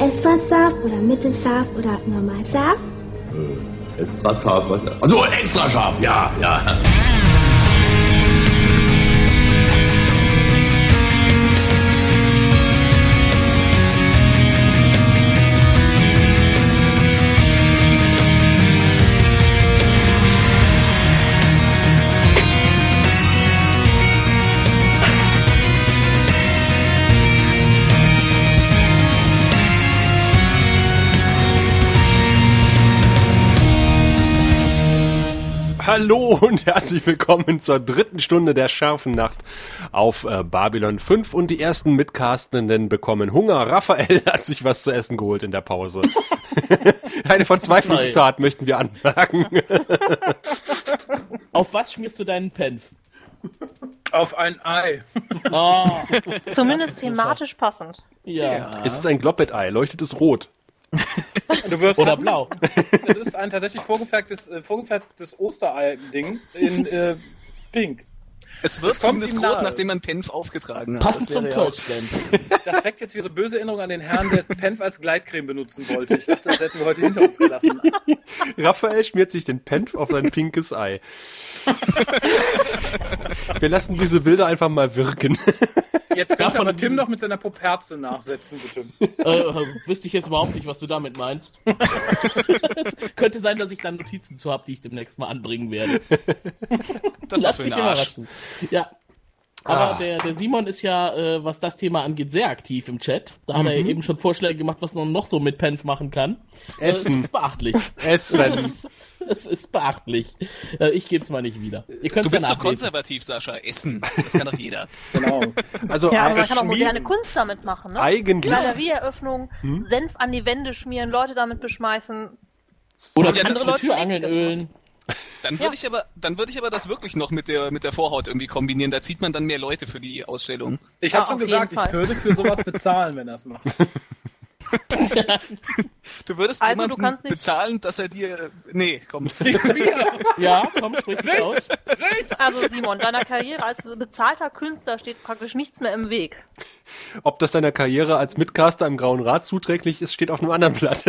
Extrasaft oder Mittelsaft oder Normalsaft? Extra scharf, was? Also extra scharf, ja, ja. Hallo und herzlich willkommen zur dritten Stunde der scharfen Nacht auf äh, Babylon 5 und die ersten Mitcastenden bekommen Hunger. Raphael hat sich was zu essen geholt in der Pause. Eine Verzweiflungstat möchten wir anmerken. Auf was schmierst du deinen Penf? Auf ein Ei. Oh, Zumindest thematisch passend. ja. Es ist ein Gloppet-Ei, leuchtetes Rot. Du wirst Oder blau. Das ist ein tatsächlich vorgefertigtes, äh, vorgefertigtes Osterei-Ding in äh, Pink. Es wird Es kommt zumindest ihm rot, nahe. nachdem man Penf aufgetragen hat. Passend Das zum wäre ja auch- Kölsch, denn. Das weckt jetzt wieder so böse Erinnerungen an den Herrn, der Penf als Gleitcreme benutzen wollte. Ich dachte, das hätten wir heute hinter uns gelassen. Raphael schmiert sich den Penf auf sein pinkes Ei. Wir lassen diese Bilder einfach mal wirken. Jetzt darf Davon- aber Tim noch mit seiner Poperze nachsetzen, bitte. Äh, äh, wüsste ich jetzt überhaupt nicht, was du damit meinst. es könnte sein, dass ich dann Notizen zu habe, die ich demnächst mal anbringen werde. Das ist Lass für dich den Arsch. überraschen. Ja. Aber Ah. der, der Simon ist ja, äh, was das Thema angeht, sehr aktiv im Chat. Da hat er Mhm. eben schon Vorschläge gemacht, was man noch so mit Penf machen kann. Äh, Essen. Es ist beachtlich. Es Essen. ist, es ist beachtlich. Äh, ich geb's mal nicht wieder. Ihr könnt's Du bist ja so nachlesen. konservativ, Sascha. Essen. Das kann doch jeder. Genau. Also Ei- Ja, aber man kann auch schmieren. moderne Kunst damit machen, ne? Eigentlich. Galerieeröffnung, Senf an die Wände schmieren, Leute damit beschmeißen. Oder Ja, andere das- Leute Türangeln das- ölen. Dann würde ich aber, dann würde ich aber das wirklich noch mit der, mit der Vorhaut irgendwie kombinieren. Da zieht man dann mehr Leute für die Ausstellung. Ich Ja, habe schon auf gesagt, jeden ich Fall. würde für sowas bezahlen, wenn er es macht. Du würdest Also, jemanden du kannst nicht- bezahlen, dass er dir, nee, komm. Ja, komm, sprich's aus. Also Simon, deiner Karriere als bezahlter Künstler steht praktisch nichts mehr im Weg. Ob das deiner Karriere als Mitcaster im Grauen Rat zuträglich ist, steht auf einem anderen Blatt.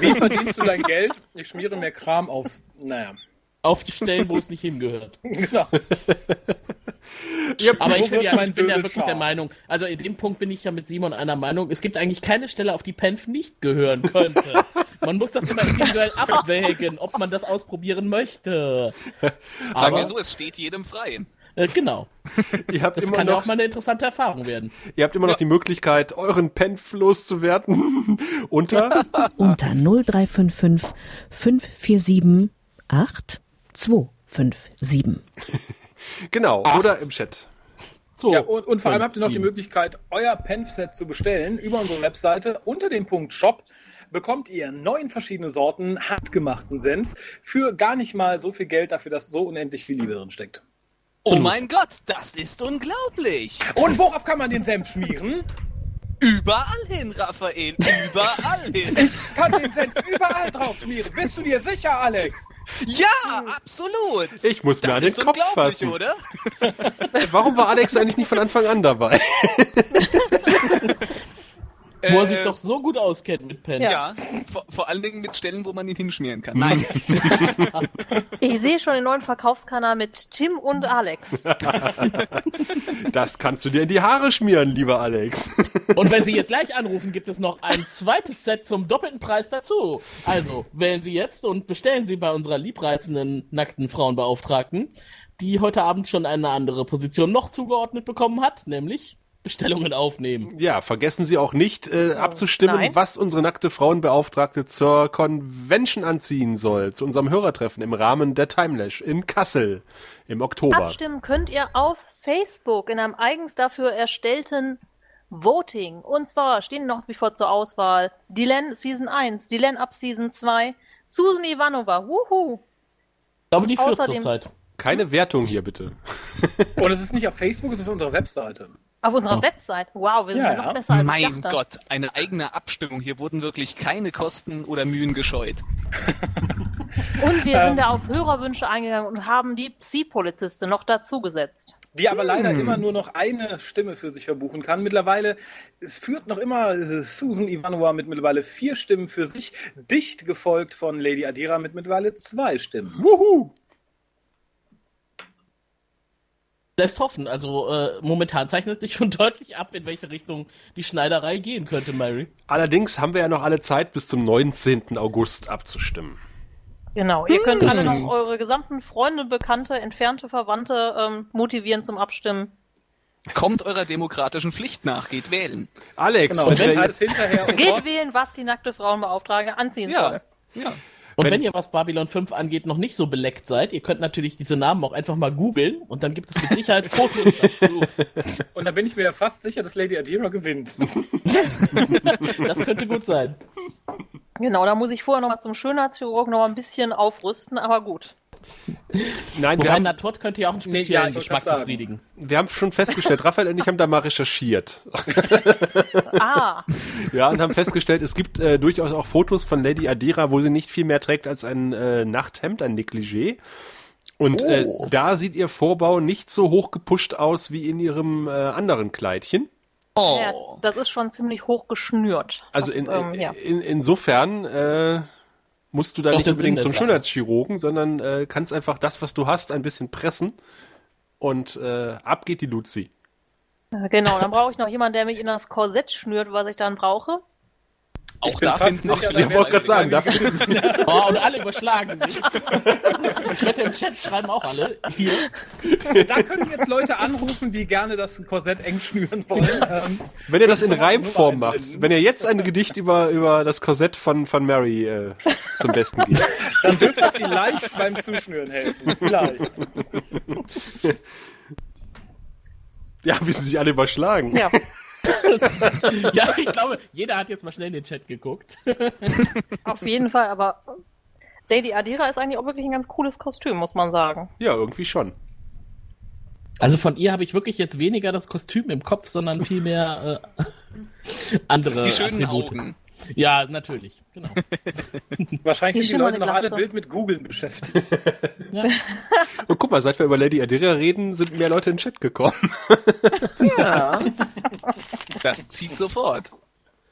Wie verdienst du dein Geld? Ich schmiere mehr Kram auf. Naja. Auf die Stellen, wo es nicht hingehört. Genau. Aber ich Wo bin wird ja, mein ich bin ja Dödel wirklich scharf? der Meinung, also in dem Punkt bin ich ja mit Simon einer Meinung, es gibt eigentlich keine Stelle, auf die Penf nicht gehören könnte. Man muss das immer individuell abwägen, ob man das ausprobieren möchte. Sagen Aber- wir so, es steht jedem frei. Äh, genau. Ihr habt Das immer kann ja noch, auch mal eine interessante Erfahrung werden. ihr habt immer noch die Möglichkeit, euren Penf loszuwerden unter unter 0355 547 8257. genau oder im Chat. So. Ja, und, und vor allem habt ihr noch die Sieben. Möglichkeit, euer Penf-Set zu bestellen über unsere Webseite unter dem Punkt Shop. Bekommt ihr neun verschiedene Sorten hartgemachten Senf für gar nicht mal so viel Geld dafür, dass so unendlich viel Liebe drin steckt. Oh mein Gott, das ist unglaublich. Und worauf kann man den Senf schmieren? Überall hin, Raphael. Überall hin. Kann den Senf überall drauf schmieren. Bist du dir sicher, Alex? Ja, absolut. Ich muss mir Das an den ist Kopf unglaublich, fassen. oder? Warum war Alex eigentlich nicht von Anfang an dabei? wo er Äh, sich doch so gut auskennt mit Penf. Ja, vor, vor allen Dingen mit Stellen, wo man ihn hinschmieren kann. Nein, Ich sehe schon den neuen Verkaufskanal mit Tim und Alex. Das kannst du dir in die Haare schmieren, lieber Alex. Und wenn Sie jetzt gleich anrufen, gibt es noch ein zweites Set zum doppelten Preis dazu. Also wählen Sie jetzt und bestellen Sie bei unserer liebreizenden nackten Frauenbeauftragten, die heute Abend schon eine andere Position noch zugeordnet bekommen hat, nämlich Bestellungen aufnehmen. Ja, vergessen Sie auch nicht Oh, äh, abzustimmen, Nein. was unsere nackte Frauenbeauftragte zur Convention anziehen soll, zu unserem Hörertreffen im Rahmen der Timelash in Kassel im Oktober. Abstimmen könnt ihr auf Facebook in einem eigens dafür erstellten Voting. Und zwar stehen noch wie vor zur Auswahl Dylan Season 1, Dylan ab Season 2, Susan Ivanova, wuhu! Ich glaube, die führt Außerdem- zurzeit. Keine Wertung hier bitte. Und es ist nicht auf Facebook, es ist auf unserer Webseite. Auf unserer Oh. Website. Wow, wir sind Ja, ja, ja. noch besser als ich mein dachte. Gott, eine eigene Abstimmung. Hier wurden wirklich keine Kosten oder Mühen gescheut. Und wir sind da auf Hörerwünsche eingegangen und haben die Psi-Polizistin noch dazugesetzt. die aber leider immer nur noch eine Stimme für sich verbuchen kann. Mittlerweile, es führt noch immer äh, Susan Ivanova mit mittlerweile vier Stimmen für sich, dicht gefolgt von Lady Adira mit mittlerweile zwei Stimmen. Lässt hoffen. Also äh, momentan zeichnet sich schon deutlich ab, in welche Richtung die Schneiderei gehen könnte, Mary. Allerdings haben wir ja noch alle Zeit, bis zum 19. August abzustimmen. Genau, ihr Hm. könnt alle noch eure gesamten Freunde, Bekannte, entfernte Verwandte ähm, motivieren zum Abstimmen. Kommt eurer demokratischen Pflicht nach, geht wählen. Alex, Genau, und wenn wenn wir, alles hinterher, oh Geht Gott, wählen, was die nackte Frauenbeauftragte anziehen soll. Ja, ja. Und Wenn- wenn, ihr, was Babylon 5 angeht, noch nicht so beleckt seid, ihr könnt natürlich diese Namen auch einfach mal googeln und dann gibt es mit Sicherheit Fotos dazu. und da bin ich mir ja fast sicher, dass Lady Adira gewinnt. Das könnte gut sein. Genau, da muss ich vorher nochmal zum Schönheitschirurg noch mal ein bisschen aufrüsten, aber gut. nein, wir Wobei haben, Natot könnte ja auch einen Nee, ja, speziellen ich wollte Geschmack grad sagen. befriedigen. wir haben schon festgestellt, Raphael und ich haben da mal recherchiert. Ah, Ja, und haben festgestellt, es gibt äh, durchaus auch Fotos von Lady Adira, wo sie nicht viel mehr trägt als ein äh, Nachthemd, ein Negligé. Und äh, Oh. da sieht ihr Vorbau nicht so hoch gepusht aus wie in ihrem äh, anderen Kleidchen. ja, Oh. das ist schon ziemlich hoch geschnürt. Also das, in, ähm, ja. in, insofern äh, musst du da Doch, nicht der unbedingt Sinn zum der Sache. Schönheitschirurgen, sondern äh, kannst einfach das, was du hast, ein bisschen pressen. Und äh, ab geht die Luzi. Genau, dann brauche ich noch jemanden, der mich in das Korsett schnürt, was ich dann brauche. bin Auch da fast finden sich sicher, vielleicht Ich dass wollte gerade einige. sagen, dafür Oh, und alle überschlagen sich. Ich wette, im Chat schreiben auch alle. Hier. Da können jetzt Leute anrufen, die gerne das Korsett eng schnüren wollen. Ähm, Wenn ihr das in Reimform nur macht, einblenden. wenn ihr jetzt ein Gedicht über, über das Korsett von, von Mary äh, zum Besten gibt. dann dürfte vielleicht beim Zuschnüren helfen. Vielleicht. Ja, wie sie sich alle überschlagen. Ja. Ja, ich glaube, jeder hat jetzt mal schnell in den Chat geguckt. Auf jeden Fall, aber Lady Adira ist eigentlich auch wirklich ein ganz cooles Kostüm, muss man sagen. Ja, irgendwie schon. Also von ihr habe ich wirklich jetzt weniger das Kostüm im Kopf, sondern vielmehr äh, andere. Die schönen Attribute. Augen. Ja, natürlich. Genau. Wahrscheinlich sind Hier die schon mal Leute eine noch alle Glatze. wild mit Googeln beschäftigt. Und guck mal, seit wir über Lady Adira reden, sind mehr Leute in den Chat gekommen. Das zieht sofort.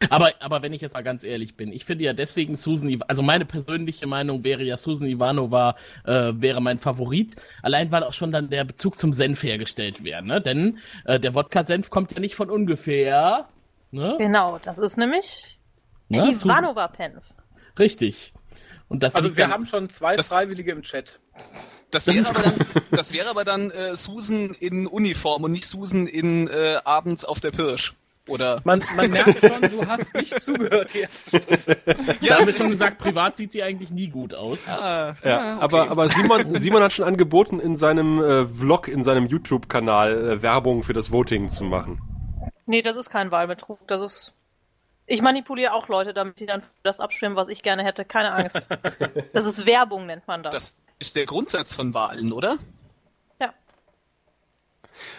Aber, aber wenn ich jetzt mal ganz ehrlich bin, ich finde ja deswegen Susan, Iv- also meine persönliche Meinung wäre ja, Susan Ivanova äh, wäre mein Favorit, allein weil auch schon dann der Bezug zum Senf hergestellt wäre, ne? Denn äh, der Wodka-Senf kommt ja nicht von ungefähr, ne? Genau, das ist nämlich ne? die Susan- Ivanova Penf. Richtig. Und das Also liegt wir dann- haben schon zwei Das- Freiwillige im Chat. Das Das wäre ist aber dann, das wäre aber dann äh, Susan in Uniform und nicht Susan in äh, abends auf der Pirsch. Oder Man, man merkt schon, du hast nicht zugehört jetzt. da haben wir schon gesagt, privat sieht sie eigentlich nie gut aus. Ja, aber, aber Simon, Simon hat schon angeboten, in seinem äh, Vlog, in seinem YouTube-Kanal äh, Werbung für das Voting zu machen. Nee, das ist kein Wahlbetrug, das ist... Ich manipuliere auch Leute, damit die dann das abstimmen, was ich gerne hätte. Keine Angst. Das ist Werbung, nennt man das. das ist der Grundsatz von Wahlen, oder? Ja.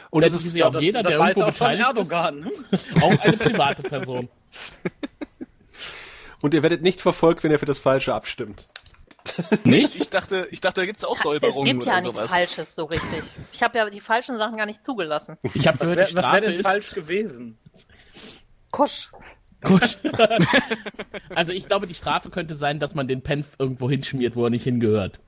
Und Das es ist ist, ja auch jeder, der irgendwo auch schon beteiligt Erdogan. ne? ist, auch eine private Person. und ihr werdet nicht verfolgt, wenn ihr für das Falsche abstimmt. Nicht? Ich dachte, ich dachte da gibt's auch Es Säuberungen gibt ja oder nichts sowas. Falsches so richtig. Ich habe ja die falschen Sachen gar nicht zugelassen. Ich habe gehört, Was die wäre wär Strafe denn ist... falsch gewesen? Kusch. Kusch. also ich glaube, die Strafe könnte sein, dass man den Penf irgendwo hinschmiert, wo er nicht hingehört.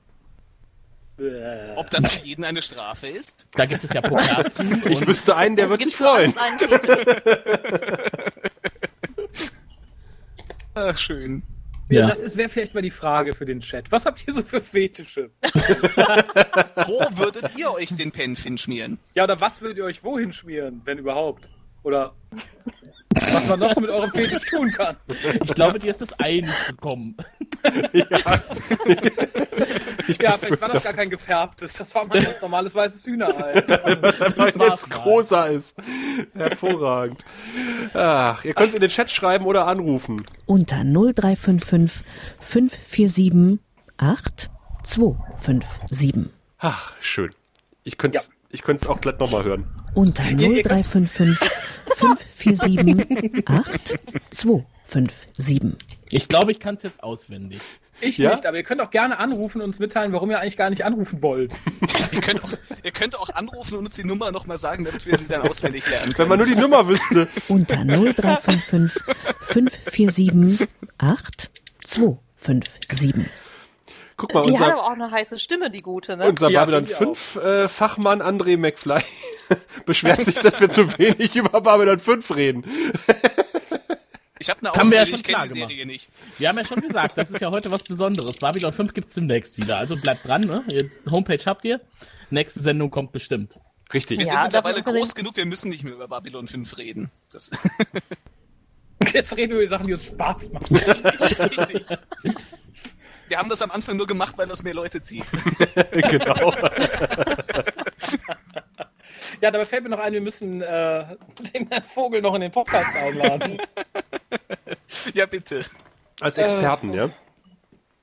Bäh. Ob das für jeden eine Strafe ist? Da gibt es ja Pokerzen. Ich wüsste einen, der wird sich freuen. Einen Titel. Ah, schön. Ja. Das ist- wäre vielleicht mal die Frage für den Chat. Was habt ihr so für Fetische? Wo würdet ihr euch den Pen hinschmieren? Ja, oder was würdet ihr euch wohin schmieren, wenn überhaupt? Oder was man noch so mit eurem Fetisch tun kann? Ich glaube, dir ist das Ei nicht gekommen. Ja, vielleicht war das gar kein gefärbtes. Das war mal ein ganz normales weißes Hühnerei. Weil war's es mal. großer ist. Hervorragend. Ach, ihr könnt es in den Chat schreiben oder anrufen. Unter 0355 547 8257. Ach, schön. Ich könnte es ich könnt's auch glatt nochmal hören. Unter 0355 547 8257. Ich glaube, ich kann es jetzt auswendig. Ich Ja? nicht, aber ihr könnt auch gerne anrufen und uns mitteilen, warum ihr eigentlich gar nicht anrufen wollt. Ihr könnt, auch, ihr könnt auch anrufen und uns die Nummer nochmal sagen, damit wir sie dann auswendig lernen Wenn können. man nur die Nummer wüsste. unter 0355 547 8257. Guck mal, Die hat aber unser, auch eine heiße Stimme, die gute, ne? unser Ja, Babylon finde ich 5 äh, Fachmann André McFly beschwert sich, dass wir zu wenig über Babylon 5 reden. Ich habe eine haben wir ja Ausrede, schon ich kenne klar die gemacht. Serie nicht. Wir haben ja schon gesagt, das ist ja heute was Besonderes. Babylon 5 gibt's demnächst wieder. Also bleibt dran, ne? Ihr Homepage habt ihr. Nächste Sendung kommt bestimmt. Richtig. Wir Ja, sind mittlerweile davon abgesehen- groß genug, wir müssen nicht mehr über Babylon 5 reden. Das Jetzt reden wir über Sachen, die uns Spaß machen. richtig, richtig. Wir haben das am Anfang nur gemacht, weil das mehr Leute zieht. genau. Ja, dabei fällt mir noch ein, wir müssen äh, den Herrn Vogel noch in den Podcast einladen. Ja, bitte. Äh. Als Experten, ja.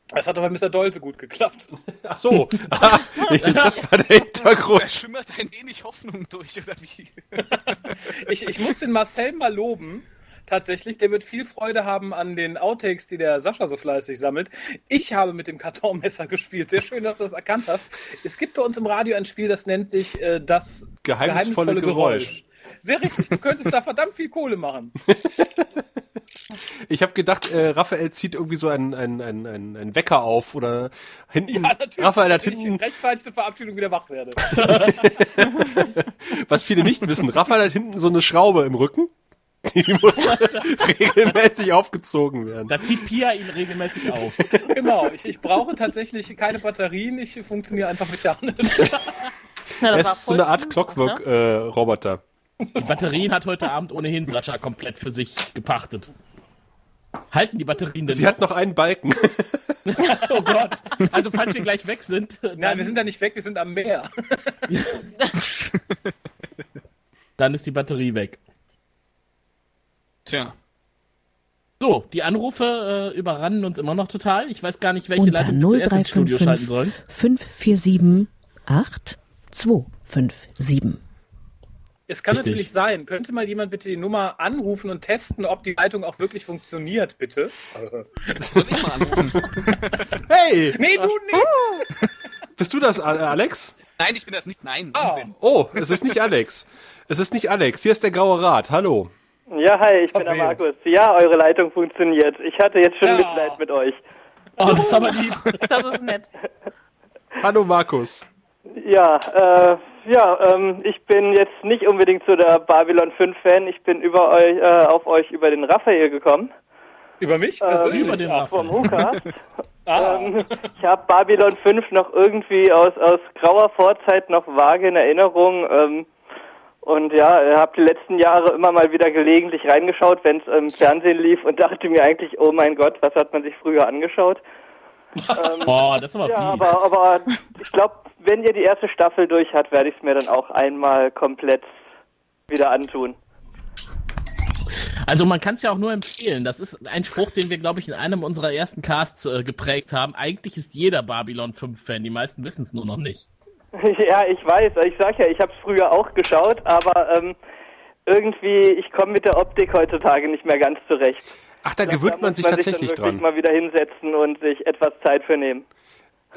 Das hat doch bei Mr. Doll so gut geklappt. Ach so. das war der Da Hintergrund. schimmert ein wenig Hoffnung durch, oder wie? Ich, ich muss den Marcel mal loben. Tatsächlich, der wird viel Freude haben an den Outtakes, die der Sascha so fleißig sammelt. Ich habe mit dem Kartonmesser gespielt. Sehr schön, dass du das erkannt hast. Es gibt bei uns im Radio ein Spiel, das nennt sich äh, das Geheimnisvolle Geräusch. Sehr richtig, du könntest da verdammt viel Kohle machen. Ich habe gedacht, äh, Raphael zieht irgendwie so einen, einen, einen, einen, einen Wecker auf oder hinten. Raphael hat damit ich hinten, rechtzeitig zur Verabschiedung wieder wach werde. was viele nicht wissen, Raphael hat hinten so eine Schraube im Rücken. Die muss regelmäßig aufgezogen werden. Da zieht Pia ihn regelmäßig auf. Genau, ich, ich brauche tatsächlich keine Batterien, ich funktioniere einfach mechanisch. Na, Er war ist so voll eine Art äh, Stimmung, ne? Clockwork-Roboter. Die Batterien hat heute Abend ohnehin Sascha komplett für sich gepachtet. Halten die Batterien Genau. denn? Sie hat noch einen Balken. oh Gott. Also falls wir gleich weg sind, Nein, dann, wir sind da nicht weg, wir sind am Meer. dann ist die Batterie weg. Tja. So, die Anrufe äh, überrannen uns immer noch total. Ich weiß gar nicht, welche Unter Leitung wir zuerst ins Studio schalten 0355 sollen. 547 8257. Es kann Richtig. natürlich sein. Könnte mal jemand bitte die Nummer anrufen und testen, ob die Leitung auch wirklich funktioniert, bitte? Soll ich mal anrufen? Hey, Nee, du nicht! bist du das, A- äh, Alex? Nein, ich bin das nicht. Nein, Ah. Unsinn. Oh, es ist nicht Alex. Es ist nicht Alex. Hier ist der graue Rat. Hallo. Ja, hi, ich bin der Verfehlt. Markus. Ja, eure Leitung funktioniert. Ich hatte jetzt schon Ja. Mitleid mit euch. Oh, das ist aber lieb. Das ist nett. Hallo, Markus. Ja, äh, ja, ähm, ich bin jetzt nicht unbedingt so der Babylon 5 Fan. Ich bin über euch, äh, auf euch über den Raphael gekommen. Über mich? Also, persönlich? Über den Vom Raphael. Hookast. Ah. ähm, ich habe Babylon 5 noch irgendwie aus, aus grauer Vorzeit noch vage in Erinnerung. Ähm, und ja, äh, habe die letzten Jahre immer mal wieder gelegentlich reingeschaut, wenn es im Fernsehen lief und dachte mir eigentlich, oh mein Gott, was hat man sich früher angeschaut? Boah, das ist aber Ja, viel. aber, aber ich glaube, wenn ihr die erste Staffel durch hat, werde ich es mir dann auch einmal komplett wieder antun. Also man kann es ja auch nur empfehlen. Das ist ein Spruch, den wir, glaube ich, in einem unserer ersten Casts äh, geprägt haben. Eigentlich ist jeder Babylon 5-Fan. Die meisten wissen es nur noch nicht. ja, ich weiß. Ich sag ja, ich habe es früher auch geschaut, aber ähm, irgendwie, ich komme mit der Optik heutzutage nicht mehr ganz zurecht. Ach, da Da gewöhnt man muss sich dann tatsächlich wirklich dran. mal wieder hinsetzen und sich etwas Zeit für nehmen.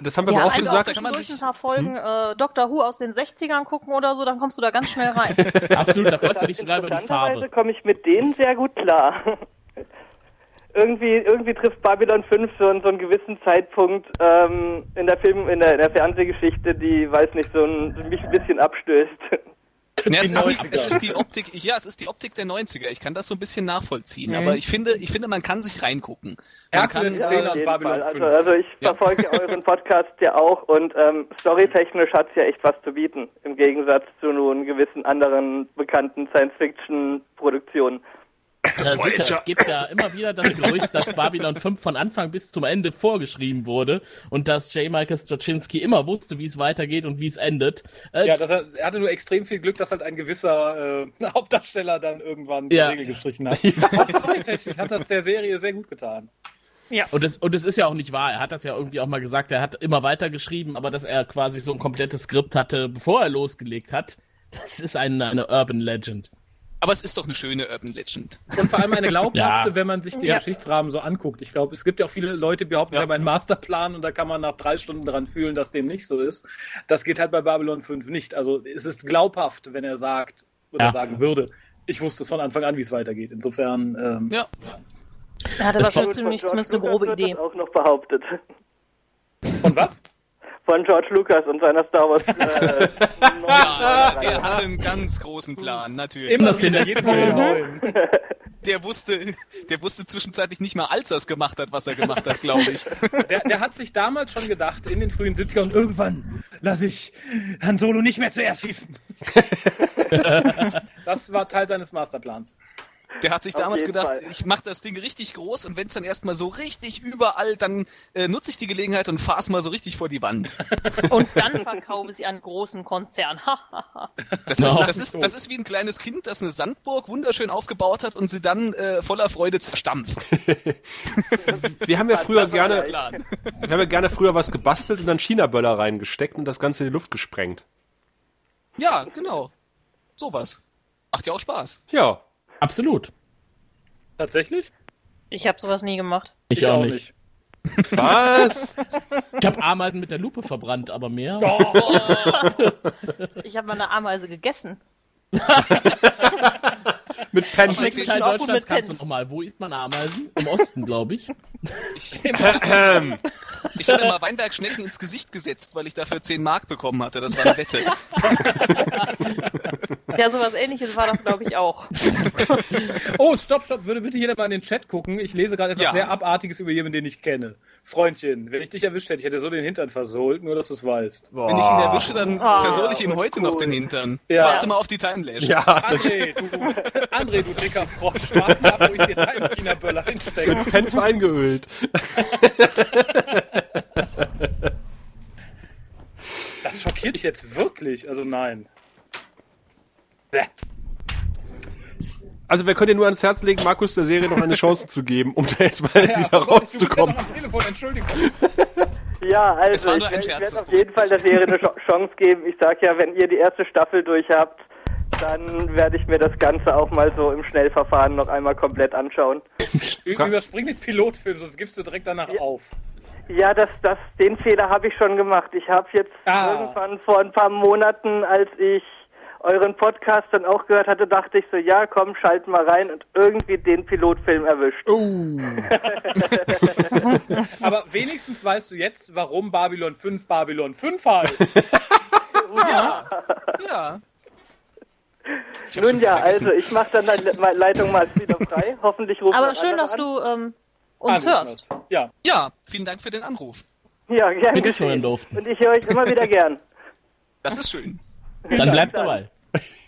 Das haben wir Ja, mal auch also auch gesagt. zwischendurch ein paar Folgen Hm? äh, Doctor Who aus den 60ern gucken oder so, dann kommst du da ganz schnell rein. Absolut, da freust du dich sogar über die Interessanterweise Farbe. komme ich mit denen sehr gut klar. irgendwie, irgendwie trifft Babylon 5 so, so einen gewissen Zeitpunkt ähm, in der Film, in der, in der Fernsehgeschichte, die, weiß nicht, so ein, mich ein bisschen abstößt. Ja, es, ist die, 90er. es ist die Optik, ich- ja, es ist die Optik der 90er. Ich kann das so ein bisschen nachvollziehen, Mhm. aber ich finde, ich finde, man kann sich reingucken. Man kann, Herkules Ja, 10 auf an jeden Babylon Fall. also, 5. also ich Ja. verfolge ja euren Podcast ja auch und ähm, storytechnisch hat es ja echt was zu bieten, im Gegensatz zu nun gewissen anderen bekannten Science-Fiction-Produktionen. Ja, sicher, es gibt ja immer wieder das Gerücht, dass Babylon 5 von Anfang bis zum Ende vorgeschrieben wurde und dass J. Michael Straczynski immer wusste, wie es weitergeht und wie es endet. Äh, Ja, das, hat- er hatte nur extrem viel Glück, dass halt ein gewisser äh, Hauptdarsteller dann irgendwann Ja. die Regel gestrichen hat. Auch storytechnisch hat das der Serie sehr gut getan. Und es, und es ist ja auch nicht wahr. Er hat das ja irgendwie auch mal gesagt. Er hat immer weiter geschrieben, aber dass er quasi so ein komplettes Skript hatte, bevor er losgelegt hat, das ist eine, eine Urban Legend. Aber es ist doch eine schöne Urban Legend. Und vor allem eine glaubhafte, Ja. wenn man sich den Ja. Geschichtsrahmen so anguckt. Ich glaube, es gibt ja auch viele Leute, die behaupten, ich habe einen Masterplan und da kann man nach drei Stunden dran fühlen, dass dem nicht so ist. Das geht halt bei Babylon 5 nicht. Also es ist glaubhaft, wenn er sagt oder Ja. sagen würde, ich wusste es von Anfang an, wie es weitergeht. Insofern, ähm, Ja, Er hatte Das kommt wahrscheinlich Von ziemlich, George zumindest eine Lucas grobe wird Idee. Das auch noch behauptet. von was? Von George Lucas und seiner Star Wars. Äh, ja neuen der hatte einen ganz großen Plan, natürlich. Immer das den jeden Film. Der wusste, der wusste zwischenzeitlich nicht mal, als er es gemacht hat, was er gemacht hat, glaube ich. Der, der hat sich damals schon gedacht, in den frühen 70ern, irgendwann lasse ich Han Solo nicht mehr zuerst schießen. das war Teil seines Masterplans. Der hat sich Auf damals jeden gedacht, Fall. ich mache das Ding richtig groß und wenn es dann erstmal so richtig überall, dann äh, nutze ich die Gelegenheit und fahr's mal so richtig vor die Wand. Und dann verkaufe sie an großen Konzern. Ha, ha, ha. Das ist, Genau. das ist, das ist wie ein kleines Kind, das eine Sandburg wunderschön aufgebaut hat und sie dann äh, voller Freude zerstampft. Wir haben ja früher Das war der gerne, Plan. wir haben ja gerne früher was gebastelt und dann China-Böller reingesteckt und das Ganze in die Luft gesprengt. Ja, genau. Sowas. Macht ja auch Spaß. Ja. Absolut. Tatsächlich? Ich habe sowas nie gemacht. Ich, auch nicht. Was? Ich habe Ameisen mit der Lupe verbrannt, aber mehr. Oh, Ich habe mal eine Ameise gegessen. Mit Penchen. Nächster Teil Auch gut Deutschlands mit kannst du Pennen. nochmal. Wo isst man Ameisen? Im Osten, glaube ich. Ich, ähm, ich habe mal Weinbergschnecken ins Gesicht gesetzt, weil ich dafür 10 Mark bekommen hatte. Das war eine Wette. Ja, sowas ähnliches war das, glaube ich, auch. Oh, stopp, stopp, würde bitte jeder mal in den Chat gucken. Ich lese gerade etwas Ja. sehr Abartiges über jemanden, den ich kenne. Freundchen, wenn ich dich erwischt hätte, ich hätte so den Hintern versohlt, nur dass du es weißt. Wenn ich ihn erwische, dann Ah, Oh. versohle ich ihm heute noch den Hintern. Ja. Warte mal auf die Timelash. Ja, das André, du, André, du dicker Frosch, warte mal, ab, wo ich dir deinen China-Böller hinstecke. mit Penf eingehüllt. Das schockiert mich jetzt wirklich, also nein. Bäh. Also wir können dir nur ans Herz legen, Markus der Serie noch eine Chance zu geben, um da jetzt mal Ja, wieder oh Gott, du bist ja rauszukommen. noch am Telefon, Entschuldigung. Ja, also war ich, nur ein werd- ich Scherz, werde das auf jeden Fall der Serie eine Sch- Chance geben. Ich sag ja, wenn ihr die erste Staffel durch habt, dann werde ich mir das Ganze auch mal so im Schnellverfahren noch einmal komplett anschauen. Ü- Überspring den Pilotfilm, sonst gibst du direkt danach auf. Ja, das, das, den Fehler habe ich schon gemacht. Ich habe jetzt Ah. irgendwann vor ein paar Monaten, als ich euren Podcast dann auch gehört hatte, dachte ich so, ja, komm, schalt mal rein und irgendwie den Pilotfilm erwischt. Aber wenigstens weißt du jetzt, warum Babylon 5 Babylon 5 heißt. Ja. Ich hab's Nun schon ja, vergessen. also ich mache dann meine Le- meine Leitung mal wieder frei. Hoffentlich ruft Aber noch schön, einer also dass an. du ähm, uns hörst. Ja. Ja, vielen Dank für den Anruf. Ja, gerne. Bitte schön, geschehen. durften. Und ich höre euch immer wieder gern. Das ist schön. Dann bleibt dabei.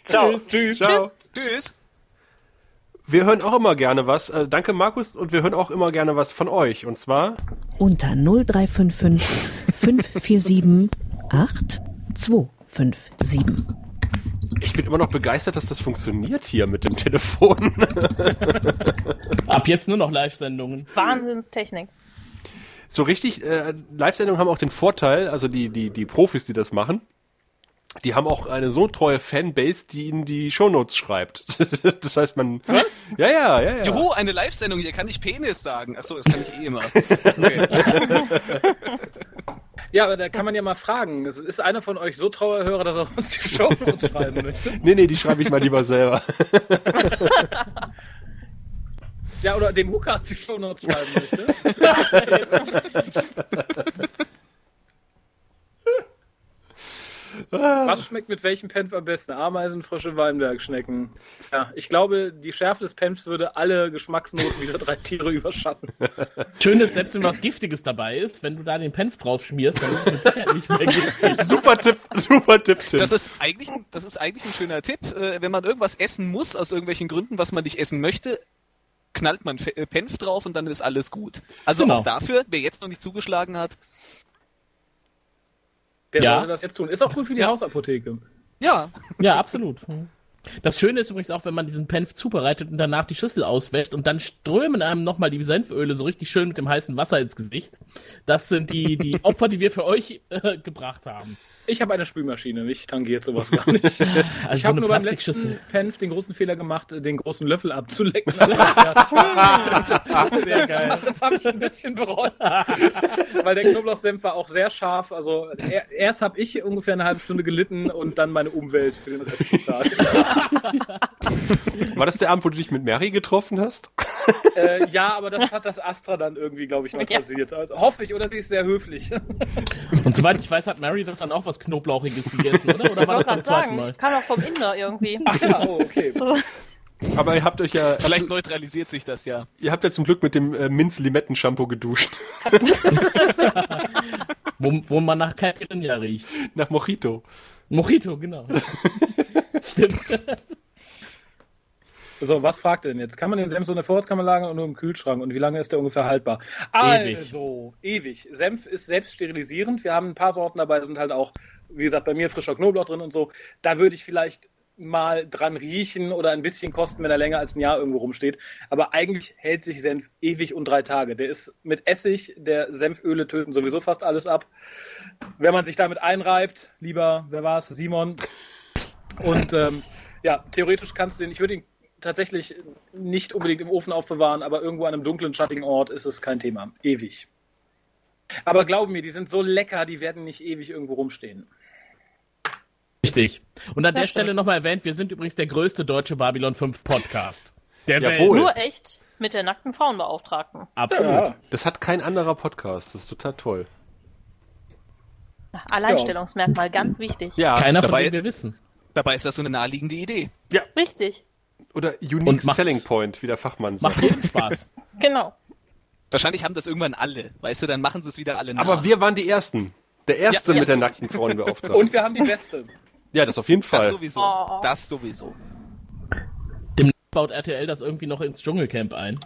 Tschüss. Tschüss. Ciao. Tschüss. Wir hören auch immer gerne was. Äh, danke Markus und wir hören auch immer gerne was von euch. Und zwar Unter 0355 547 8257. Ich bin immer noch begeistert, dass das funktioniert hier mit dem Telefon. Ab jetzt nur noch Live-Sendungen. Wahnsinnstechnik. So richtig, äh, Live-Sendungen haben auch den Vorteil, also die, die, die Profis, die das machen, die haben auch eine so treue Fanbase, die ihnen die Shownotes schreibt. das heißt, man. Was? Ja, ja, ja, ja. Juhu, eine Live-Sendung hier. Kann ich Penis sagen? Achso, das kann ich eh immer. Okay. Ja, aber da kann man ja mal fragen. Es Ist einer von euch so trauer Hörer, dass er uns die Show notes schreiben möchte? Nee, nee, die schreibe ich mal lieber selber. Ja, oder dem Hooker die Show notes schreiben möchte? Was schmeckt mit welchem Penf am besten? Ameisen, frische Weinbergschnecken. Ja, ich glaube, die Schärfe des Penfs würde alle Geschmacksnoten dieser drei Tiere überschatten. Schön ist, selbst wenn was Giftiges dabei ist, wenn du da den Penf drauf schmierst, dann ist es mit Sicherheit nicht mehr giftig. super Tipp, super Tipp, Tim. Das ist eigentlich, ein- das ist eigentlich ein schöner Tipp. Äh, wenn man irgendwas essen muss, aus irgendwelchen Gründen, was man nicht essen möchte, knallt man Fe- äh, Penf drauf und dann ist alles gut. Also Genau. auch dafür, wer jetzt noch nicht zugeschlagen hat, Der Ja. sollte das jetzt tun. Ist auch gut für die Hausapotheke. ja, Ja, absolut. Das Schöne ist übrigens auch, wenn man diesen Penf zubereitet und danach die Schüssel auswäscht und dann strömen einem nochmal die Senföle so richtig schön mit dem heißen Wasser ins Gesicht. Das sind die, die Opfer, die wir für euch äh, gebracht haben. Ich habe eine Spülmaschine, mich tangiert sowas gar nicht. Also Ich so habe eine nur beim Plastikschüssel. letzten Penf den großen Fehler gemacht, äh, den großen Löffel abzulecken. Sehr geil. Das habe ich ein bisschen bereut. Weil der Knoblauchsenf war auch sehr scharf. Also er, erst habe ich ungefähr eine halbe Stunde gelitten und dann meine Umwelt für den Rest des Tages. War das der Abend, wo du dich mit Mary getroffen hast? äh, ja, aber das hat das Astra dann irgendwie, glaube ich, mal Ja. passiert. Also, hoffe ich, oder sie ist sehr höflich. Und soweit ich weiß, hat Mary doch dann auch was Knoblauchiges gegessen, oder? Oder Ich war das beim wollte gerade zweiten sagen, Mal? ich kam auch vom Inder irgendwie. ja, Genau. oh, okay. Aber ihr habt euch ja, Vielleicht neutralisiert sich das ja. ihr habt ja zum Glück mit dem äh, Minz-Limetten-Shampoo geduscht. Wo, wo man nach Caipirinha riecht. Nach Mojito. Mojito, genau. Stimmt. So, was fragt er denn jetzt? Kann man den Senf so in der Vorratskammer lagern oder nur im Kühlschrank? Und wie lange ist der ungefähr haltbar? Ewig. Also, ewig. Senf ist selbst sterilisierend. Wir haben ein paar Sorten dabei, sind halt auch, wie gesagt, bei mir frischer Knoblauch drin und so. Da würde ich vielleicht mal dran riechen oder ein bisschen kosten, wenn er länger als ein Jahr irgendwo rumsteht. Aber eigentlich hält sich Senf ewig und drei Tage. Der ist mit Essig, der Senföle töten sowieso fast alles ab. Wenn man sich damit einreibt, lieber, wer war es, Simon, und ähm, ja, theoretisch kannst du den, ich würde ihn tatsächlich nicht unbedingt im Ofen aufbewahren, aber irgendwo an einem dunklen, schattigen Ort ist es kein Thema. Ewig. Aber glaub mir, die sind so lecker, die werden nicht ewig irgendwo rumstehen. Richtig. Und an der Das stimmt. Stelle nochmal erwähnt, wir sind übrigens der größte deutsche Babylon 5 Podcast. Der Jawohl. Welt. Nur echt mit der nackten Frauenbeauftragten. Absolut. Das hat kein anderer Podcast. Das ist total toll. Alleinstellungsmerkmal, ganz wichtig. Ja, Keiner von Dabei- denen wir wissen. Dabei ist das so eine naheliegende Idee. Richtig, oder Unique Und macht- Selling Point, wie der Fachmann sagt. Macht jedem Spaß. genau. Wahrscheinlich haben das irgendwann alle. Weißt du, dann machen sie es wieder alle nach. Aber wir waren die Ersten. Der Erste Ja, ja. mit der nackten Frauenbeauftragten. Und wir haben die beste. ja, das auf jeden das Fall. sowieso. Oh. Das sowieso. Baut RTL das irgendwie noch ins Dschungelcamp ein.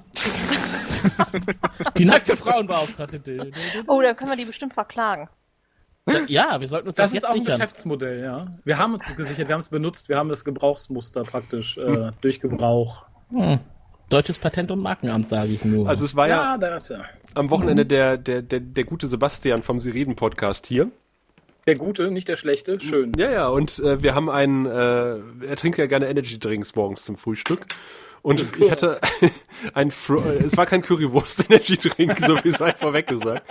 die nackte Frauenbeauftragte. Oh, da können wir die bestimmt verklagen. Ja, wir sollten uns das, Das ist jetzt auch ein sichern. Geschäftsmodell, ja. Wir haben uns das gesichert, wir haben es benutzt, wir haben das Gebrauchsmuster praktisch äh, durch Gebrauch. Hm. Deutsches Patent- und Markenamt, sage ich nur. Also es war ja, Ah, Ja, da ist er. am Wochenende der, der, der, der gute Sebastian vom Sie reden Podcast hier. Der gute, nicht der schlechte, schön. Ja, ja, und äh, wir haben einen, äh, er trinkt ja gerne Energy Drinks morgens zum Frühstück. Und ich hatte ein, Fro äh, es war kein Currywurst Energy Drink, so wie es einfach weg gesagt.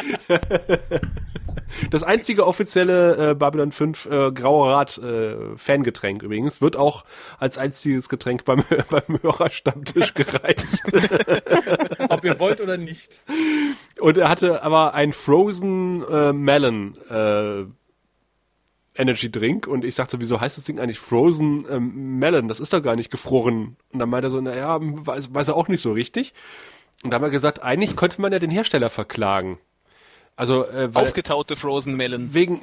Das einzige offizielle äh, Babylon 5 äh, Grauer Rat äh, Fangetränk übrigens wird auch als einziges Getränk beim, beim Hörerstammtisch gereicht. Ob ihr wollt oder nicht. Und er hatte aber ein Frozen äh, Melon äh, Energy Drink und ich sagte, wieso heißt das Ding eigentlich Frozen ähm, Melon? Das ist doch gar nicht gefroren. Und dann meinte er so, naja, weiß, weiß er auch nicht so richtig. Und da haben wir gesagt, eigentlich könnte man ja den Hersteller verklagen. Also äh, weil, Aufgetaute Frozen Melon. wegen,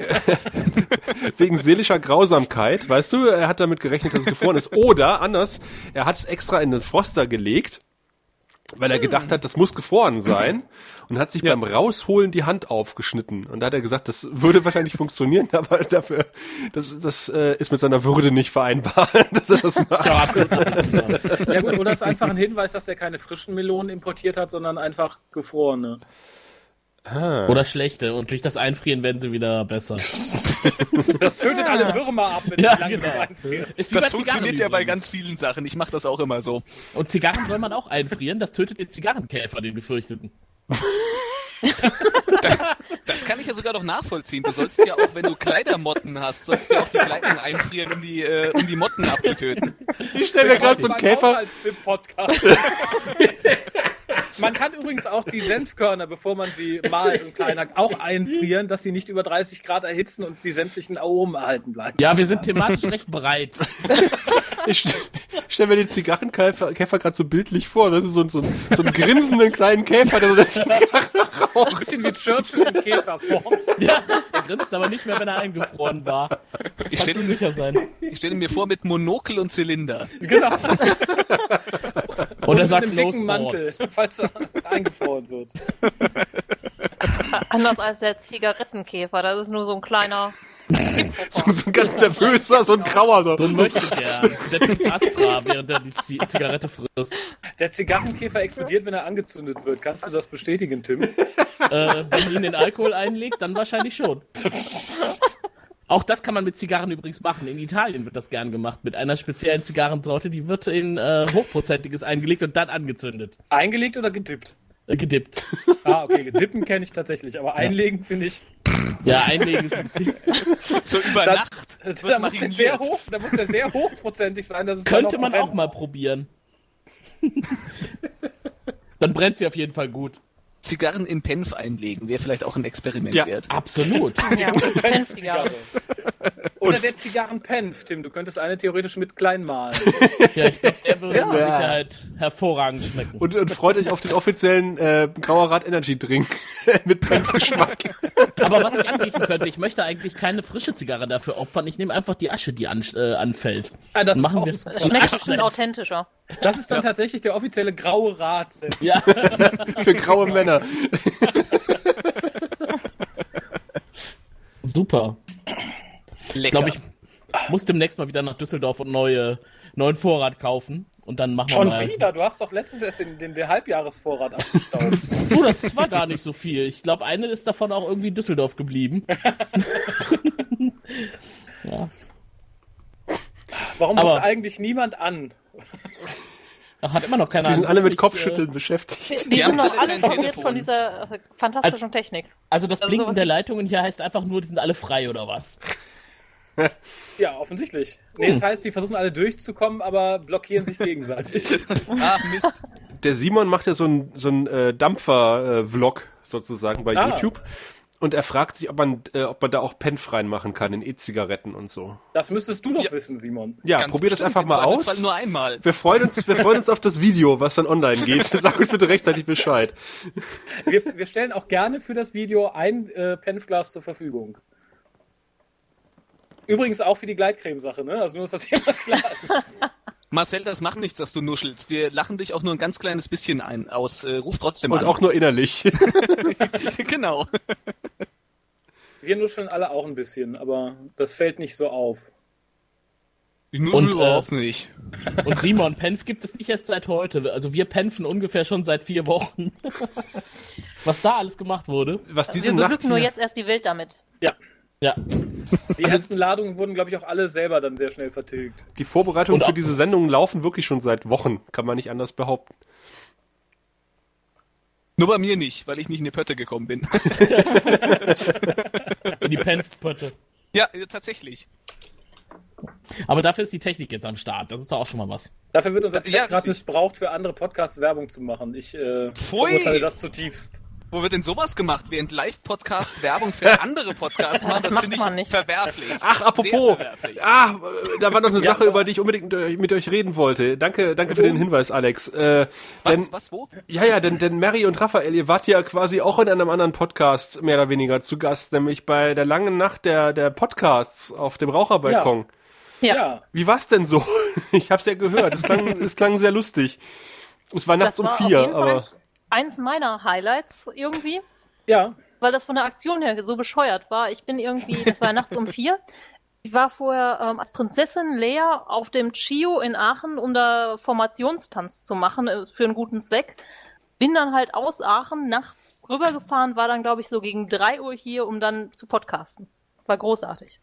wegen seelischer Grausamkeit, weißt du, er hat damit gerechnet, dass es gefroren ist. Oder anders, er hat es extra in den Froster gelegt, weil er gedacht hat, das muss gefroren sein und hat sich beim Rausholen die Hand aufgeschnitten. Und da hat er gesagt, das würde wahrscheinlich funktionieren, aber dafür, das, das äh, ist mit seiner Würde nicht vereinbar, dass er das macht. Ja gut, oder ist einfach ein Hinweis, dass er keine frischen Melonen importiert hat, sondern einfach gefrorene. Oder schlechte. Und durch das Einfrieren werden sie wieder besser. Das tötet alle Würmer ab, wenn Ah. Ja, ich langsam genau. einfriere. Ist wie bei Das Zigarren funktioniert ja bei übrigens. ganz vielen Sachen. Ich mache das auch immer so. Und Zigarren soll man auch einfrieren. Das tötet den Zigarrenkäfer, den Gefürchteten. Das kann ich ja sogar noch nachvollziehen. Du sollst ja auch, wenn du Kleidermotten hast, sollst du ja auch die Kleidung einfrieren, um die, äh, um die Motten abzutöten. Ich stelle mir gerade so einen Beim Käfer. Haushaltstipp-Podcast. Man kann übrigens auch die Senfkörner, bevor man sie malt und klein hackt, auch einfrieren, dass sie nicht über 30 Grad erhitzen und die sämtlichen Aromen erhalten bleiben. Ja, wir sind thematisch recht breit. Ich st- ich stell mir den Zigarrenkäfer gerade so bildlich vor. Das ist so, ein- so, ein- so ein grinsenden kleinen Käfer, der so das Ein bisschen wie Churchill in Käferform. Ja, er grinst aber nicht mehr, wenn er eingefroren war. Ich Kannst du stelle sicher sein. ich stell mir vor mit Monokel und Zylinder. Genau. Und er Mit sagt einem No dicken Sports. Mantel, falls er eingefroren wird. Anders als der Zigarettenkäfer, das ist nur so ein kleiner. so, so ein ganz nervöser, so ein grauer. So. So ein Möchtegern. Der trinkt Astra, während er die Zi- Zigarette frisst. Der Zigarrenkäfer explodiert, wenn er angezündet wird. Kannst du das bestätigen, Tim? Äh, wenn man ihm den Alkohol einlegt, dann wahrscheinlich schon. Auch das kann man mit Zigarren übrigens machen. In Italien wird das gern gemacht mit einer speziellen Zigarrensorte, die wird in äh, hochprozentiges eingelegt und dann angezündet. Eingelegt oder gedippt? Äh, gedippt. Ah, okay, dippen kenne ich tatsächlich, aber einlegen finde ich, Ja, einlegen ist ein bisschen. So über Das- Nacht wird da muss, der mariniert. sehr hoch, da muss der sehr hochprozentig sein. Dass es dann Könnte man brennt. auch mal probieren. Dann brennt sie auf jeden Fall gut. Zigarren in Penf einlegen wäre vielleicht auch ein Experiment Ja. wert. Absolut. Ja, Penfiger. Oder der Zigarrenpenf, Tim, du könntest eine theoretisch mit klein malen. Ja, ich glaube, der würde mit Sicherheit hervorragend schmecken. Und, und freut euch auf den offiziellen äh, Grauer Rat Energy Drink mit Geschmack. Aber was ich anbieten könnte, ich möchte eigentlich keine frische Zigarre dafür opfern. Ich nehme einfach die Asche, die an, äh, anfällt. Ah, das, Machen ist wir. auch, Das schmeckt bestimmt authentischer. das ist dann tatsächlich der offizielle graue Rat. Ja, Für graue Männer. super. Ich Lecker. glaube, ich muss demnächst mal wieder nach Düsseldorf und neue, neuen Vorrat kaufen. Und dann machen Schon wir mal. wieder, du hast doch letztes erst den, den, den Halbjahresvorrat abgestaubt. Du, das war gar nicht so viel. Ich glaube, eine ist davon auch irgendwie in Düsseldorf geblieben. ja. Warum Aber- ruft eigentlich niemand an? Ach, hat immer noch keiner. Die sind alle mit angekriegt, Kopfschütteln äh, beschäftigt. Die, die sind haben noch alle alle kein verwirrt Telefon. von dieser äh, fantastischen Technik. Also das Also Blinken sowas- der Leitungen hier heißt einfach nur, die sind alle frei oder was? Ja, offensichtlich. Hm. Nee, das heißt, die versuchen alle durchzukommen, aber blockieren sich gegenseitig. Ah, Mist. Der Simon macht ja so einen so einen, äh, Dampfer-Vlog sozusagen bei Ah. YouTube. Und er fragt sich, ob man, äh, ob man da auch Penf reinmachen kann in E-Zigaretten und so. Das müsstest du doch Ja. wissen, Simon. Ja, Ganz probier das bestimmt, einfach im mal Zweifelsfall aus. nur einmal. Wir freuen, uns, wir freuen uns auf das Video, was dann online geht. Sag uns bitte rechtzeitig Bescheid. Wir, wir stellen auch gerne für das Video ein äh, Penfglas zur Verfügung. Übrigens auch für die Gleitcremesache, ne? Also nur, dass das jemand klar ist. Marcel, das macht nichts, dass du nuschelst. Wir lachen dich auch nur ein ganz kleines bisschen ein aus. Äh, ruf trotzdem Und an. auch nur innerlich. genau. Wir nuscheln alle auch ein bisschen, aber das fällt nicht so auf. Ich nuschel Und, äh, überhaupt nicht. Und Simon, Penf gibt es nicht erst seit heute. Also wir penfen ungefähr schon seit vier Wochen. Was da alles gemacht wurde. Was Wir diese Nacht beglücken nur hier- jetzt erst die Welt damit. Ja. Ja. Die Also- ersten Ladungen wurden, glaube ich, auch alle selber dann sehr schnell vertilgt. Die Vorbereitungen Und für auch- diese Sendungen laufen wirklich schon seit Wochen, kann man nicht anders behaupten. Nur bei mir nicht, weil ich nicht in die Pötte gekommen bin. In die Penfpötte. ja, äh, tatsächlich. Aber dafür ist die Technik jetzt am Start. Das ist doch auch schon mal was. Dafür wird unser Chat Ja, gerade richtig. missbraucht, für andere Podcasts Werbung zu machen. Ich äh, Pfui. verurteile das zutiefst. Wo wird denn sowas gemacht? Während Live-Podcasts Werbung für andere Podcasts machen, Das das macht finde man ich nicht. verwerflich. Ach, Sehr apropos, verwerflich. ah, äh, da war noch eine Ja. Sache, über die ich unbedingt mit euch- mit euch reden wollte. Danke, danke für den Hinweis, Alex. Äh, denn, Was, was, wo? ja, ja, denn, denn Mary und Raphael, ihr wart ja quasi auch in einem anderen Podcast mehr oder weniger zu Gast, nämlich bei der langen Nacht der, der Podcasts auf dem Raucherbalkon. Ja. Ja, Wie war's denn so? Ich hab's ja gehört, es klang, es klang sehr lustig. Es war nachts das um war auf vier, jeden aber Fall eins meiner Highlights irgendwie. ja. weil das von der Aktion her so bescheuert war. Ich bin irgendwie, das war nachts um vier. Ich war vorher ähm, als Prinzessin Lea auf dem Chio in Aachen, um da Formationstanz zu machen äh, für einen guten Zweck. Bin dann halt aus Aachen nachts rübergefahren, war dann glaube ich so gegen drei Uhr hier, um dann zu podcasten. War großartig.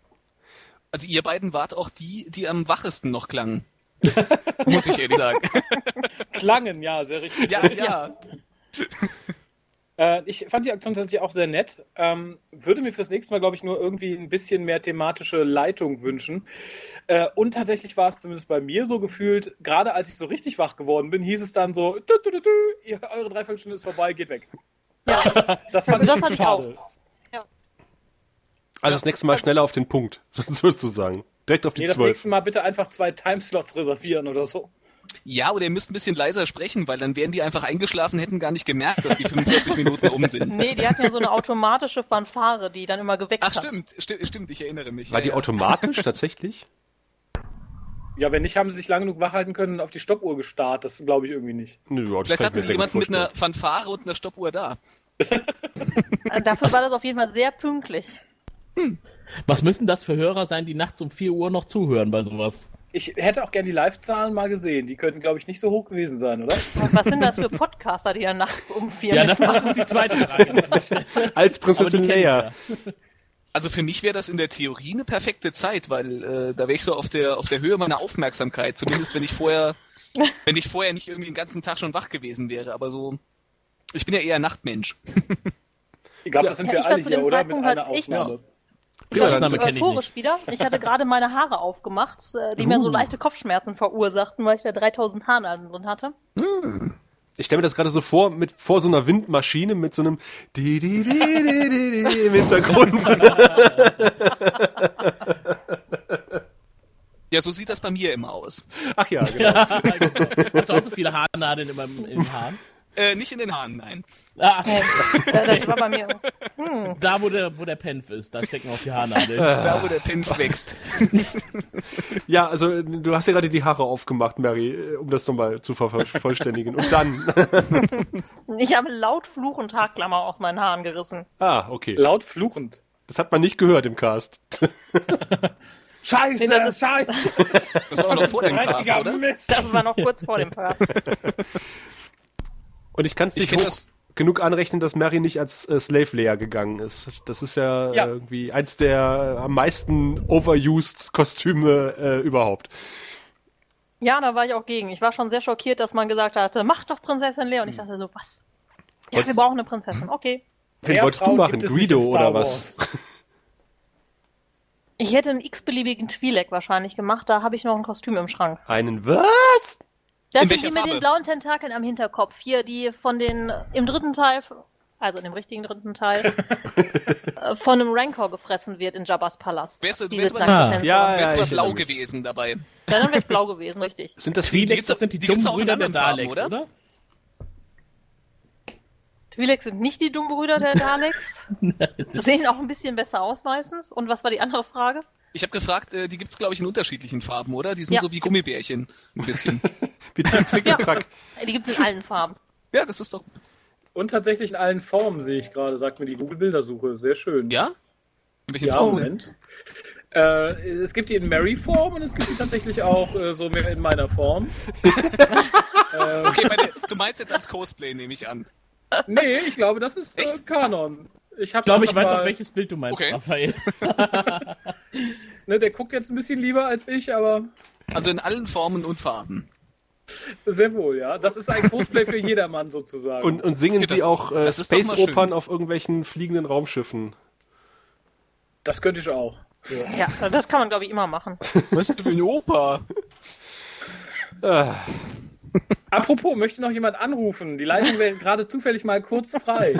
Also ihr beiden wart auch die, die am wachesten noch klangen. Muss ich ehrlich sagen. Klangen, ja, sehr richtig. Ja, ja. Äh, ich fand die Aktion tatsächlich auch sehr nett. Ähm, würde mir fürs nächste Mal, glaube ich, nur irgendwie ein bisschen mehr thematische Leitung wünschen. Äh, und tatsächlich war es zumindest bei mir so gefühlt, gerade als ich so richtig wach geworden bin, hieß es dann so, tü, tü, tü, tü, ihr, eure Dreiviertelstunde ist vorbei, geht weg. Das fand Also das ich hatte ich schade. also das nächste Mal schneller auf den Punkt, sozusagen. Direkt auf die Nee, das zwölf. nächste Mal bitte einfach zwei Timeslots reservieren oder so. Ja, oder ihr müsst ein bisschen leiser sprechen, weil dann wären die einfach eingeschlafen, hätten gar nicht gemerkt, dass die 45 Minuten um sind. Nee, die hatten ja so eine automatische Fanfare, die dann immer geweckt Ach hat. stimmt, sti stimmt, ich erinnere mich. War ja, die ja. automatisch tatsächlich? Ja, wenn nicht, haben sie sich lange genug wach halten können und auf die Stoppuhr gestarrt. Das glaube ich irgendwie nicht. Nö, ja, das Vielleicht kann ich hatten mir sie sehr gut jemanden mit einer vorstellen. Fanfare und einer Stoppuhr da. Äh, Dafür war das auf jeden Fall sehr pünktlich. Was müssen das für Hörer sein, die nachts um 4 Uhr noch zuhören bei sowas? Ich hätte auch gerne die Live-Zahlen mal gesehen. Die könnten, glaube ich, nicht so hoch gewesen sein, oder? Was sind das für Podcaster, die ja nachts um vier Ja, das, das ist die zweite Frage. Als Aber die Prinzessin kenn ich Leia. ja. Also für mich wäre das in der Theorie eine perfekte Zeit, weil äh, da wäre ich so auf der auf der Höhe meiner Aufmerksamkeit, zumindest wenn ich vorher wenn ich vorher nicht irgendwie den ganzen Tag schon wach gewesen wäre, aber so ich bin ja eher Nachtmensch. Ich glaube, das sind Ja, wir ich alle war zu hier, dem oder? Mit Zeitpunkt einer halt echt- Ausnahme. Die Ausnahme Ganz kenne ich euphorisch nicht. Äh, wieder. Ich hatte gerade meine Haare aufgemacht, äh, die mir Uh. so leichte Kopfschmerzen verursachten, weil ich da 3000 Haarnadeln drin hatte. Ich stelle mir das gerade so vor, mit vor so einer Windmaschine mit so einem di di di di di di im Hintergrund. Ja, so sieht das bei mir immer aus. Ach ja, genau. Ja, Hast du auch so viele Haarnadeln in meinem in den Haaren? Äh, nicht in den Haaren, nein. Ah, Äh, das war bei mir. da, wo der, wo der Penf ist, da stecken auch die Haarnadeln. Da, wo der Pinf wächst. Ja, also äh, du hast ja gerade die Haare aufgemacht, Mary, äh, um das nochmal zu ver vervollständigen. Und dann. Ich habe laut Fluch und Haarklammer aus meinen Haaren gerissen. Ah, okay. Laut fluchend. Das hat man nicht gehört im Cast. Scheiße, das ist- scheiße, Das war noch vor dem Cast, reiniger oder? Mist. Das war noch kurz vor dem Pass. Und ich kann es Ich nicht kenn hoch das- genug anrechnen, dass Mary nicht als äh, Slave Leia gegangen ist. Das ist ja, äh, Ja. irgendwie eins der äh, am meisten overused Kostüme äh, überhaupt. Ja, da war ich auch gegen. Ich war schon sehr schockiert, dass man gesagt hatte, mach doch Prinzessin Lea. Und Hm. ich dachte so, was? Ja, Was? wir brauchen eine Prinzessin. Okay. Wen Mehr wolltest du Frauen machen? gibt es nicht Guido in Star oder Wars. was? Ich hätte einen x-beliebigen Twi'lek wahrscheinlich gemacht. Da habe ich noch ein Kostüm im Schrank. Einen was? Das In sind welcher die mit Farbe? den blauen Tentakeln am Hinterkopf. Hier, die von den, im dritten Teil, also in dem richtigen dritten Teil, äh, von einem Rancor gefressen wird in Jabba's Palast. Wärst du- Die wärst du- gezankte Ah, Tänzerin. ja, Du wärst ich aber blau erinnere mich. gewesen dabei. Dann wäre ich blau gewesen, richtig. Sind das Die viele? Felix, gibt's- das sind die, die dummen gibt's auch in Brüder der anderen Farben, Daleks, oder? Twi'leks sind nicht die dummen Brüder der Daleks. Sehen auch ein bisschen besser aus meistens. Und was war die andere Frage? Ich habe gefragt, äh, die gibt's glaube ich in unterschiedlichen Farben, oder? Die sind Ja. so wie Gummibärchen ein bisschen. Wie Tick, Trick und Track. Die gibt's in allen Farben. ja, das ist doch Und tatsächlich in allen Formen sehe ich gerade, sagt mir die Google-Bildersuche. Sehr schön. ja. In welchen Ja, Farben? Moment. Äh, es gibt die in Mary-Form und es gibt die tatsächlich auch äh, so mehr in meiner Form. Okay, meine, du meinst jetzt als Cosplay nehme ich an. Nee, ich glaube, das ist äh, Echt? Kanon. Ich, hab Ich glaube, ich einfach weiß mal- auch, welches Bild du meinst, Okay. Raphael. Ne, der guckt jetzt ein bisschen lieber als ich, aber Also in allen Formen und Farben. sehr wohl, ja. Das ist ein Cosplay für jedermann sozusagen. Und, und singen Ja, das- sie auch äh, das ist doch mal schön. Space-Opern auf irgendwelchen fliegenden Raumschiffen? das könnte ich auch. Ja, das kann man, glaube ich, immer machen. Was ist denn für eine Oper? Apropos, möchte noch jemand anrufen? Die Leitung wäre gerade zufällig mal kurz frei.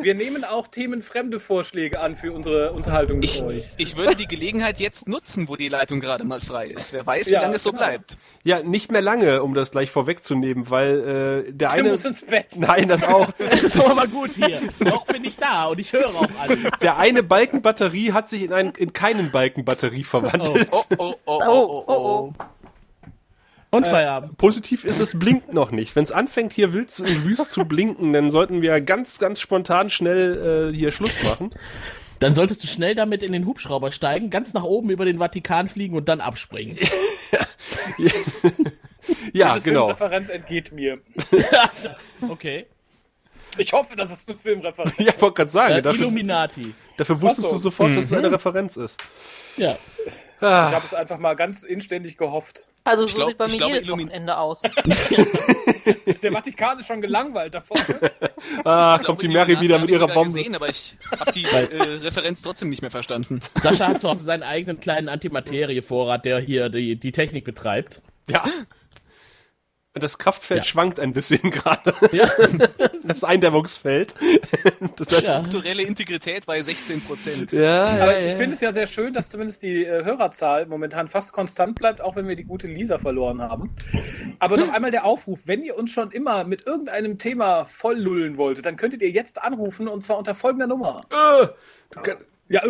Wir nehmen auch themenfremde Vorschläge an für unsere Unterhaltung mit Ich, euch. ich würde die Gelegenheit jetzt nutzen, wo die Leitung gerade mal frei ist. Wer weiß, wie Ja, lange es so genau. bleibt. Ja, nicht mehr lange, um das gleich vorwegzunehmen, weil äh, der Tim eine. muss ins Bett. Nein, das auch. Es ist aber mal gut hier. Noch bin ich da und ich höre auch alle. Der eine Balken Batterie hat sich in, einen, in keinen Balken Batterie verwandelt. Oh, oh, oh, oh, oh, oh. Und Feierabend. Äh, Positiv ist, es blinkt noch nicht. Wenn es anfängt, hier wild zu- und wüst zu blinken, dann sollten wir ganz, ganz spontan schnell äh, hier Schluss machen. Dann solltest du schnell damit in den Hubschrauber steigen, ganz nach oben über den Vatikan fliegen und dann abspringen. Ja, Diese genau. Filmreferenz entgeht mir. Okay. Ich hoffe, das ist eine Filmreferenz. Ja, wollte gerade sagen, Äh, dafür, Illuminati. dafür wusstest Ach so. du sofort, dass es eine Referenz ist. Ja. Ich habe es einfach mal ganz inständig gehofft. Also Ich so glaub- sieht bei ich mir glaube, jedes Illumi- Wochenende aus. Der Vatikan ist schon gelangweilt davon. Ah, Ich kommt die glaube, Mary Granate wieder hab mit ich ihrer sogar Bombe. gesehen, aber ich habe die äh, Referenz trotzdem nicht mehr verstanden. Sascha hat zu Hause seinen eigenen kleinen Antimaterie-Vorrat, der hier die, die Technik betreibt. Ja. Und Das Kraftfeld Ja. schwankt ein bisschen gerade. Ja. Das Eindämmungsfeld. Das heißt, Ja. Kulturelle Integrität bei 16 Prozent. ja, ja, Aber ich finde es ja sehr schön, dass zumindest die äh, Hörerzahl momentan fast konstant bleibt, auch wenn wir die gute Lisa verloren haben. Aber noch einmal der Aufruf, wenn ihr uns schon immer mit irgendeinem Thema voll lullen wolltet, dann könntet ihr jetzt anrufen und zwar unter folgender Nummer. Ja, äh. Das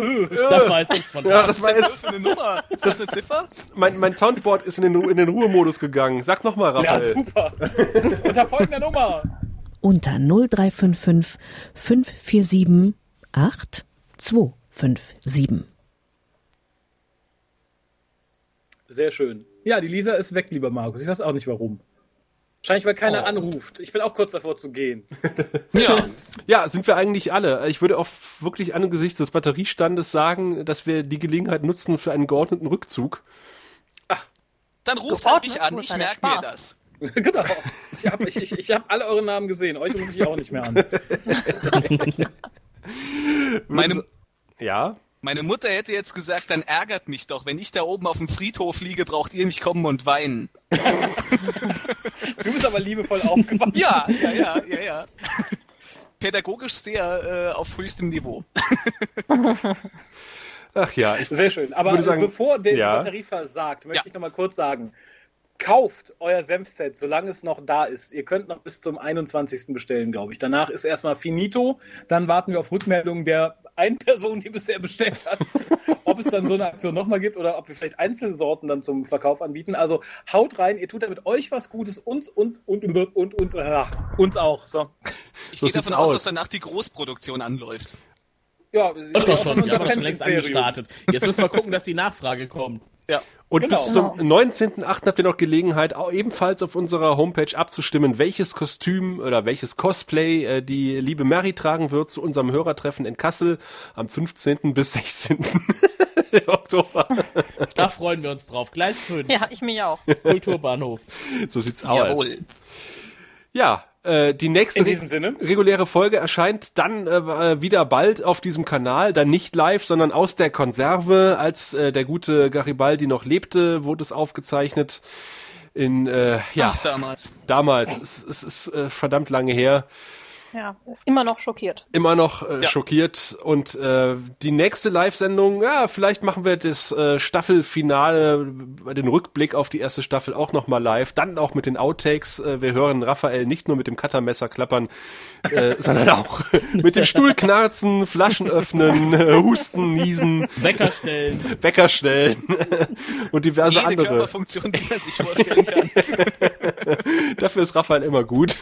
war jetzt nicht spontan. ja, das war Was jetzt, für eine Nummer? Ist das eine Ziffer? mein, mein Soundboard ist in den, Ru- in den Ruhemodus gegangen. Sag nochmal, ja Raphael. super. unter folgender Nummer. Unter 0355 547 8257. Sehr schön. Ja, die Lisa ist weg, lieber Markus. Ich weiß auch nicht warum. Wahrscheinlich, weil keiner anruft. Ich bin auch kurz davor zu gehen. Ja, Ja, sind wir eigentlich alle. Ich würde auch wirklich angesichts des Batteriestandes sagen, dass wir die Gelegenheit nutzen für einen geordneten Rückzug. dann ruft halt dich Geordnet an, muss ich ja merke Spaß. mir das. genau. Ich habe ich, ich, ich hab alle eure Namen gesehen. Euch rufe ich auch nicht mehr an. Meine, Ja, meine Mutter hätte jetzt gesagt, dann ärgert mich doch. Wenn ich da oben auf dem Friedhof liege, braucht ihr nicht kommen und weinen. Du bist aber liebevoll aufgewachsen. Ja, ja, ja, ja, ja. Pädagogisch sehr äh, auf höchstem Niveau. ach ja, ich, Sehr schön. Aber Würde sagen, bevor der ja. die Batterie versagt, möchte Ja. ich noch mal kurz sagen, kauft euer Senfset, solange es noch da ist. Ihr könnt noch bis zum 21. bestellen, glaube ich. Danach ist erstmal finito. Dann warten wir auf Rückmeldungen der einen Person, die bisher bestellt hat, ob es dann so eine Aktion nochmal gibt oder ob wir vielleicht einzelne Sorten dann zum Verkauf anbieten. Also haut rein, ihr tut damit euch was Gutes, uns und und und und, und äh, uns auch. So. Ich So gehe davon sieht's aus, aus. dass danach die Großproduktion anläuft. Ja, Das ist doch auch schon, die unser haben wir schon längst Pen-Imperium. angestartet. Jetzt müssen wir gucken, dass die Nachfrage kommt. Ja. und genau. bis zum 19.8. habt ihr noch Gelegenheit, au- ebenfalls auf unserer Homepage abzustimmen, welches Kostüm oder welches Cosplay äh, die liebe Mary tragen wird zu unserem Hörertreffen in Kassel am 15. bis 16. Oktober. Da freuen wir uns drauf. Gleis 5, Ja, ich mich auch. Kulturbahnhof. So sieht's aus. Jawohl. Ja, äh, die nächste In diesem Sinne. reguläre Folge erscheint dann äh, wieder bald auf diesem Kanal, dann nicht live, sondern aus der Konserve, als äh, der gute Garibaldi noch lebte, wurde es aufgezeichnet in äh, ja Ach, damals. damals. Es, es ist äh, verdammt lange her. Ja, immer noch schockiert. Immer noch äh, Ja. schockiert und äh, die nächste Live-Sendung, ja, vielleicht machen wir das äh, Staffelfinale, äh, den Rückblick auf die erste Staffel auch noch mal live, dann auch mit den Outtakes. Äh, wir hören Raphael nicht nur mit dem Cuttermesser klappern, äh, sondern auch mit dem Stuhl knarzen, Flaschen öffnen, äh, husten, niesen, Wecker stellen. Wecker stellen und diverse Jede andere. Körperfunktion, die man sich vorstellen kann. Dafür ist Raphael immer gut.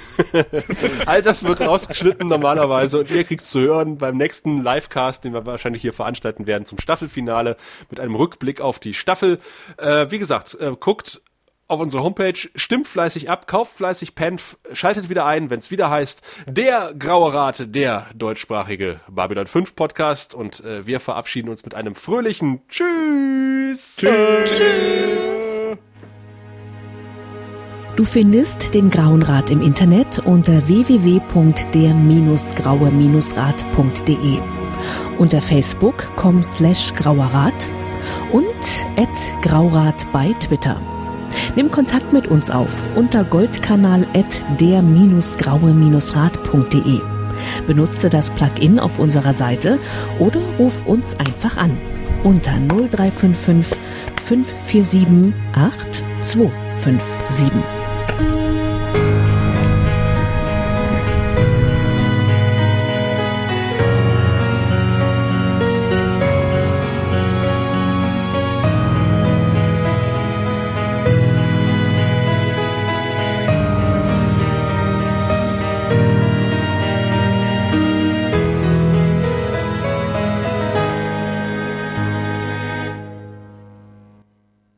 All das wird rausgeschnitten normalerweise und ihr kriegt's zu hören beim nächsten Livecast, den wir wahrscheinlich hier veranstalten werden zum Staffelfinale mit einem Rückblick auf die Staffel. Äh, wie gesagt, äh, guckt auf unsere Homepage, stimmt fleißig ab, kauft fleißig Penf, schaltet wieder ein, wenn's wieder heißt, der Graue Rat, der deutschsprachige Babylon 5 Podcast und äh, wir verabschieden uns mit einem fröhlichen Tschüss. Tschüss. Du findest den Grauen Rat im Internet unter www.der-graue-rat.de, unter facebook.com slash grauerrat und at graurat bei Twitter. Nimm Kontakt mit uns auf unter goldkanal at der-graue-rat.de. Benutze das Plugin auf unserer Seite oder ruf uns einfach an unter 0355 547 8257.